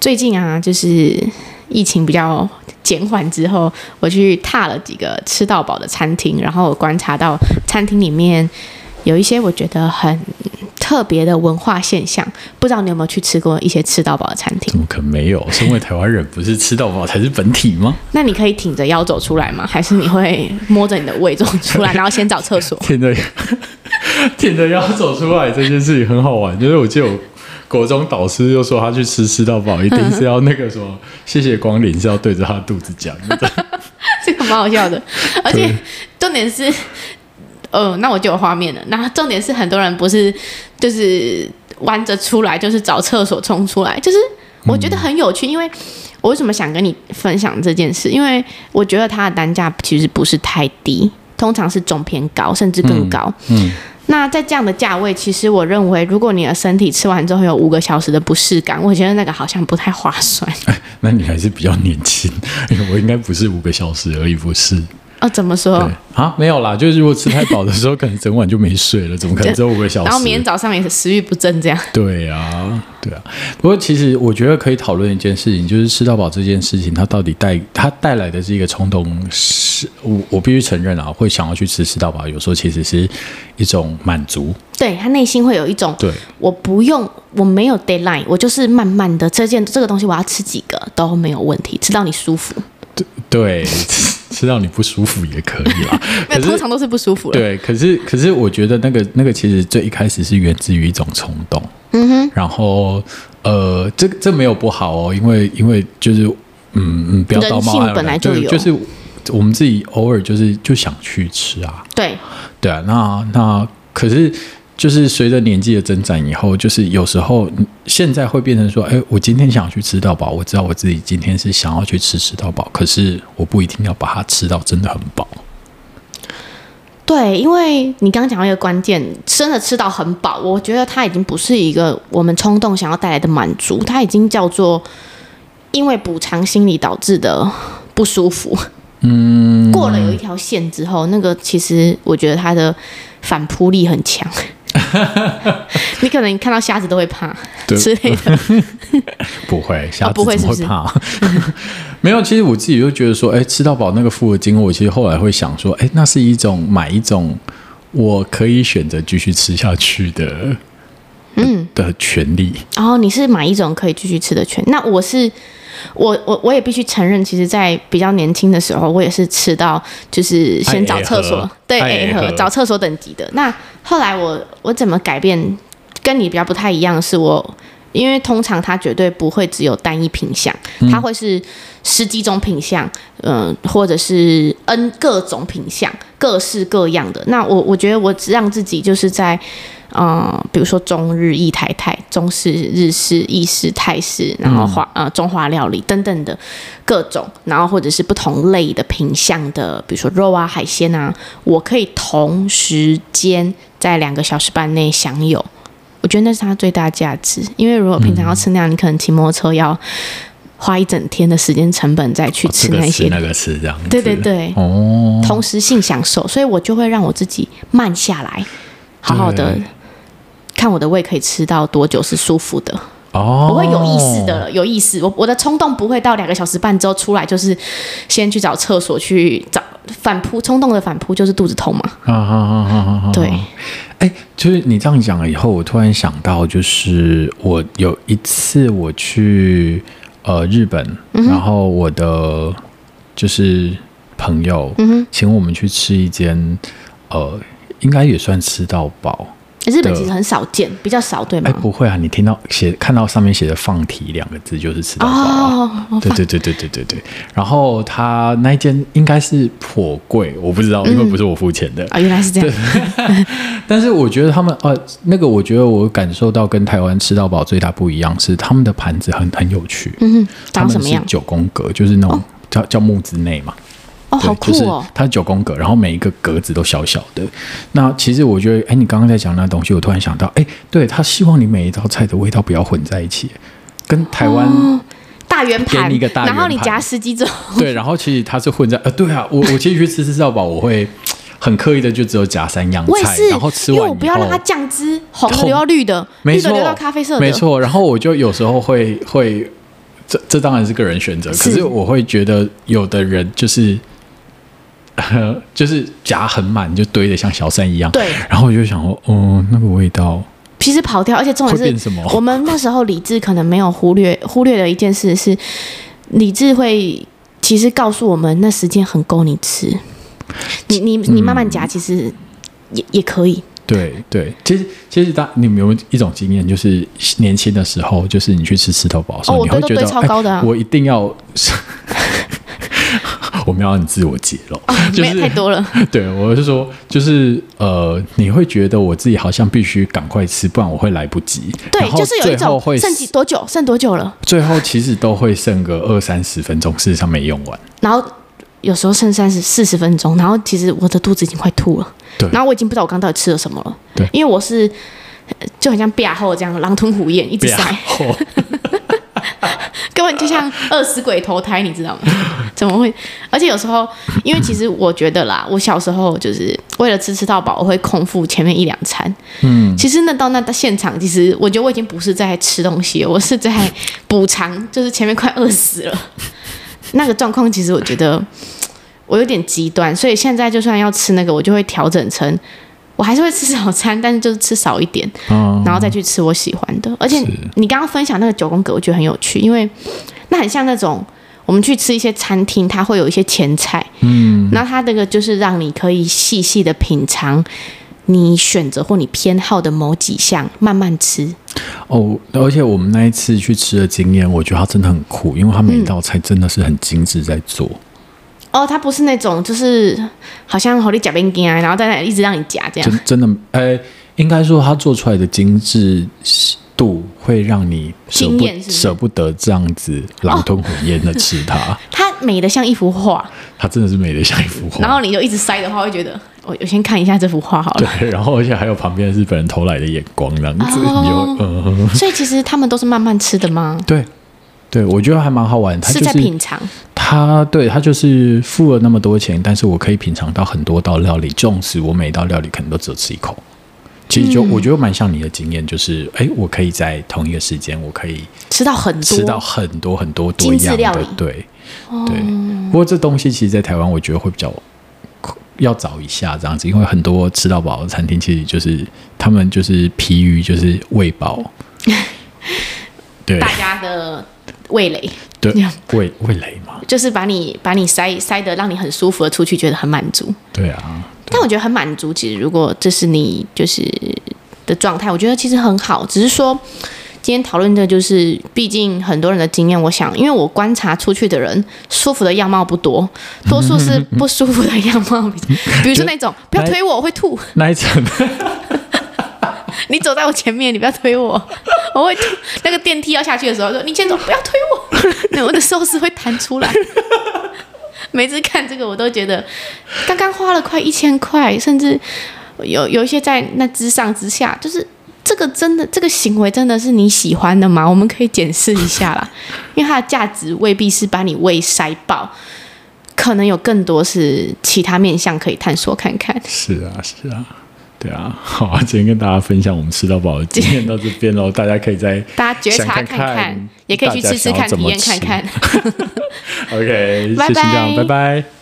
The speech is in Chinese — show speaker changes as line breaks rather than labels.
最近啊，就是疫情比较减缓之后，我去踏了几个吃到饱的餐厅，然后我观察到餐厅里面有一些我觉得很特别的文化现象。不知道你有没有去吃过一些吃到饱的餐厅
怎？么可能没有？身为台湾人，不是吃到饱才是本体 吗？
那你可以挺着腰走出来吗？还是你会摸着你的胃走出 来，然后先找厕所？
舔着舔着腰走出来这件事情很好玩，就是我记得我国中导师就说他去吃吃到饱，一定是要那个什么谢谢光临是要对着他的肚子讲的，
这个蛮好笑的，而且重点是，呃，那我就有画面了。那重点是很多人不是就是弯着出来，就是找厕所冲出来，就是我
嗯
觉得很有趣，因为我为什么想跟你分享这件事？因为我觉得它的单价其实不是太低，通常是中偏高，甚至更高。
嗯，
那在这样的价位，其实我认为，如果你的身体吃完之后有五个小时的不适感，我觉得那个好像不太划算。
那你还是比较年轻，因为我应该不是五个小时而已，不是？
哦，怎么说
对？啊，没有啦，就是如果吃太饱的时候，可能整晚就没睡了，怎么可能只有五个小时？
然后明天早上也是食欲不振这样。
对啊，对啊。不过其实我觉得可以讨论一件事情，就是吃到饱这件事情，它到底带它带来的是一个冲动，是我我必须承认啊，会想要去吃吃到饱，有时候其实是一种满足。
对他内心会有一种，
对，
我不用，我没有 deadline，我就是慢慢的这件这个东西我要吃几个都没有问题，吃到你舒服。
对， 吃到你不舒服也可以啦。
那
可
通
是
常都是不舒服了。
对，可是可是我觉得那个那个其实最一开始是源自于一种冲动，
嗯哼，
然后呃，这这没有不好哦，因为因为就是嗯嗯，不要道
人
貌
性
岸然，
本来就
对
有
就是我们自己偶尔就是就想去吃啊，
对，
对啊，那那可是就是随着年纪的增长以后，就是有时候嗯现在会变成说，哎，我今天想要去吃到饱，我知道我自己今天是想要去吃吃到饱，可是我不一定要把它吃到真的很饱。
对，因为你刚刚讲到一个关键，真的吃到很饱，我觉得它已经不是一个我们冲动想要带来的满足，它已经叫做因为补偿心理导致的不舒服。嗯，过了有一条线之后，那个其实我觉得它的反扑力很强。你可能看到虾子都会怕
对
之类的，
不会，下
哦不
次
会是
怎么会
不是
怕？ 没有，其实我自己就觉得说，哎，吃到饱那个付的金额，我其实后来会想说，哎，那是一种买一种我可以选择继续吃下去的，嗯的权利。
然哦后你是买一种可以继续吃的权，那我是我我我也必须承认，其实，在比较年轻的时候，我也是吃到就是先找厕
爱 A
所
盒，
对
爱 A
A 盒
盒
找厕所等级的。那后来我我怎么改变，跟你比较不太一样，是我因为通常它绝对不会只有单一品项，
嗯
它会是十几种品项，嗯、或者是 N 各种品项，各式各样的。那我我觉得我只让自己就是在。呃，比如说中日意台泰、中式、日式、意式、泰式，然后
嗯
华、呃中华料理等等的各种，然后或者是不同类的品相的，比如说肉啊、海鲜啊，我可以同时间在两个小时半内享有。我觉得那是它最大价值，因为如果平常要吃那样，你可能骑摩托车要花一整天的时间成本再去吃
哦这个
那些，
吃那个吃这样子。
对对对，
哦，
同时性享
嗯
受，所以我就会让我自己慢下来，好好的
对
看我的胃可以吃到多久是舒服的，
哦，
我会有意识的，有意识。我我的冲动不会到两个小时半之后出来，就是先去找厕所去找反扑，冲动的反扑就是肚子痛嘛。
啊啊啊啊啊！啊
对，
哎，就是你这样讲了以后，我突然想到，就是我有一次我去呃日本，然后我的就是朋友、请我们去吃一间呃，应该也算吃到饱。
日本其实很少见，比较少，对吗
哎，？不会啊，你听到写看到上面写的“放题”两个字，就是吃到饱、啊。
哦，
对对对对对对对，然后他那一间应该是颇贵，我不知道，因为不是我付钱的。
啊，原来是这样。
但是我觉得他们呃，那个我觉得我感受到跟台湾吃到饱最大不一样是他们的盘子很很有趣，
嗯哼，
他
长什
们
么
是
样？
九宫格，就是那种、叫叫木之内嘛，
哦，
对
好酷
就是
哦。
它是九宫格，然后每一个格子都小小的。那其实我觉得，哎，你刚刚在讲那东西，我突然想到，哎，对他希望你每一道菜的味道不要混在一起，跟台湾、
哦大圆
给
盘
你一个，大
然后
圆
你
盘
夹十几种，
对，然后其实它是混在呃，对啊，我我其实去吃吃到饱，我会很刻意的就只有夹三样
我也
菜
是，，
然后吃
因
完
为我不要
以后
让它酱汁红的
红
流到绿的，
没
绿的
错，
流到咖啡色的，
没错。然后我就有时候会会这这当然是个人选择，
是
可是我会觉得有的人就是， 呃、就是夹很满，就堆得像小山一样。
对，
然后我就想说，哦，那个味道
其实跑掉，而且重
会
点
变
是，
什么？
我们那时候理智可能没有忽略忽略的一件事是，理智会其实告诉我们那时间很够你吃，你你
嗯
你慢慢夹，其实也也可以。
对对，其实其实当你们有没有一种经验，就是年轻的时候，就是你去吃石头堡的时候，
哦我
你会
堆
觉
都
得
堆超高的啊
哎我一定要， 我们要很自我揭露，
哦
就
没有
是
太多 了，
对我是说，就是呃，你会觉得我自己好像必须赶快吃，不然我会来不及。
对
然，后
就是有一
最后
种
会
剩几多久，剩多久了，
最后其实都会剩个二三十分钟，事实上没用完。
然后有时候剩三十四十分钟，然后其实我的肚子已经快吐了，
对
然后我已经不知道我刚到底吃了什么了，
对
因为我是呃就很像变后这样狼吞虎咽一直
对
塞
啊，，哦
根本就像饿死鬼投胎，你知道吗？ 怎么会？而且有时候，因为其实我觉得啦，我小时候就是为了吃吃到饱，我会空腹前面一两餐。嗯，其实那到那到现场，其实我觉得我已经不是在吃东西了，我是在补偿，就是前面快饿死了 那个状况。其实我觉得我有点极端，所以现在就算要吃那个，我就会调整成。我还是会吃早餐，但是就是吃少一点，
嗯，
然后再去吃我喜欢的。而且
是
你刚刚分享那个九宫格，我觉得很有趣，因为那很像那种我们去吃一些餐厅，它会有一些前菜，嗯，那它这个就是让你可以细细的品尝你选择或你偏好的某几项，慢慢吃。
哦，而且我们那一次去吃的经验，我觉得它真的很酷，因为它每
嗯
一道菜真的是很精致在做。
哦，它不是那种就是好像好你夹边边啊，然后在那里一直让你夹这样。
真真的，呃、应该说它做出来的精致度会让你舍
惊
不
艳是不是
舍不得这样子狼吞虎咽的吃 它，
它美的像一幅画，
它真的是美得像一幅画。
然后你就一直塞的话，会觉得哦我我先看一下这幅画好了。
对， 然后而且还有旁边日本人投来的眼光这样子，你就
哦
会嗯，
所以其实他们都是慢慢吃的吗？
对，对我觉得还蛮好玩。它
是
就
在
是
品尝。
它，对它就是付了那么多钱，但是我可以品尝到很多道料理，纵使我每一道料理可能都只有吃一口。其
嗯
实就、我觉得蛮像你的经验，就是哎，我可以在同一个时间，我可以
吃到很多，
吃到很多很多多
精致
样
料
的
理，
对对。不过这东西其实，在台湾我觉得会比较要找一下这样子，因为很多吃到饱的餐厅其实就是他们就是疲于就是喂 饱，对
大家的味蕾，
对味味蕾嘛，
就是把你把你塞塞的，让你很舒服的出去，觉得很满足。
对啊，对
但我觉得很满足，其实如果这是你就是的状态，我觉得其实很好。只是说今天讨论的就是，毕竟很多人的经验，我想，因为我观察出去的人，舒服的样貌不多，多数是不舒服的样貌比较，比如说那种不要推我，我会吐。
那一层
你走在我前面，你不要推我， 我会吐。那个电梯要下去的时候，说你先走，不要推我， 那我的寿司会弹出来。 每次看这个，我都觉得刚刚花了快一千块，甚至有有一些在那之上之下，就是这个真的这个行为真的是你喜欢的吗？我们可以检视一下啦， 因为它的价值未必是把你胃塞爆。可能有更多是其他面向可以探索看看。
是啊是啊。对啊，好啊，今天跟大家分享我们吃到饱的经验到这边喽，大家可以在
大家觉察
想看
看看，也可以去
大家
吃吃
想要
看，
怎
体
么
验看
吃
看。
OK，
拜
谢谢这样，
拜
拜拜。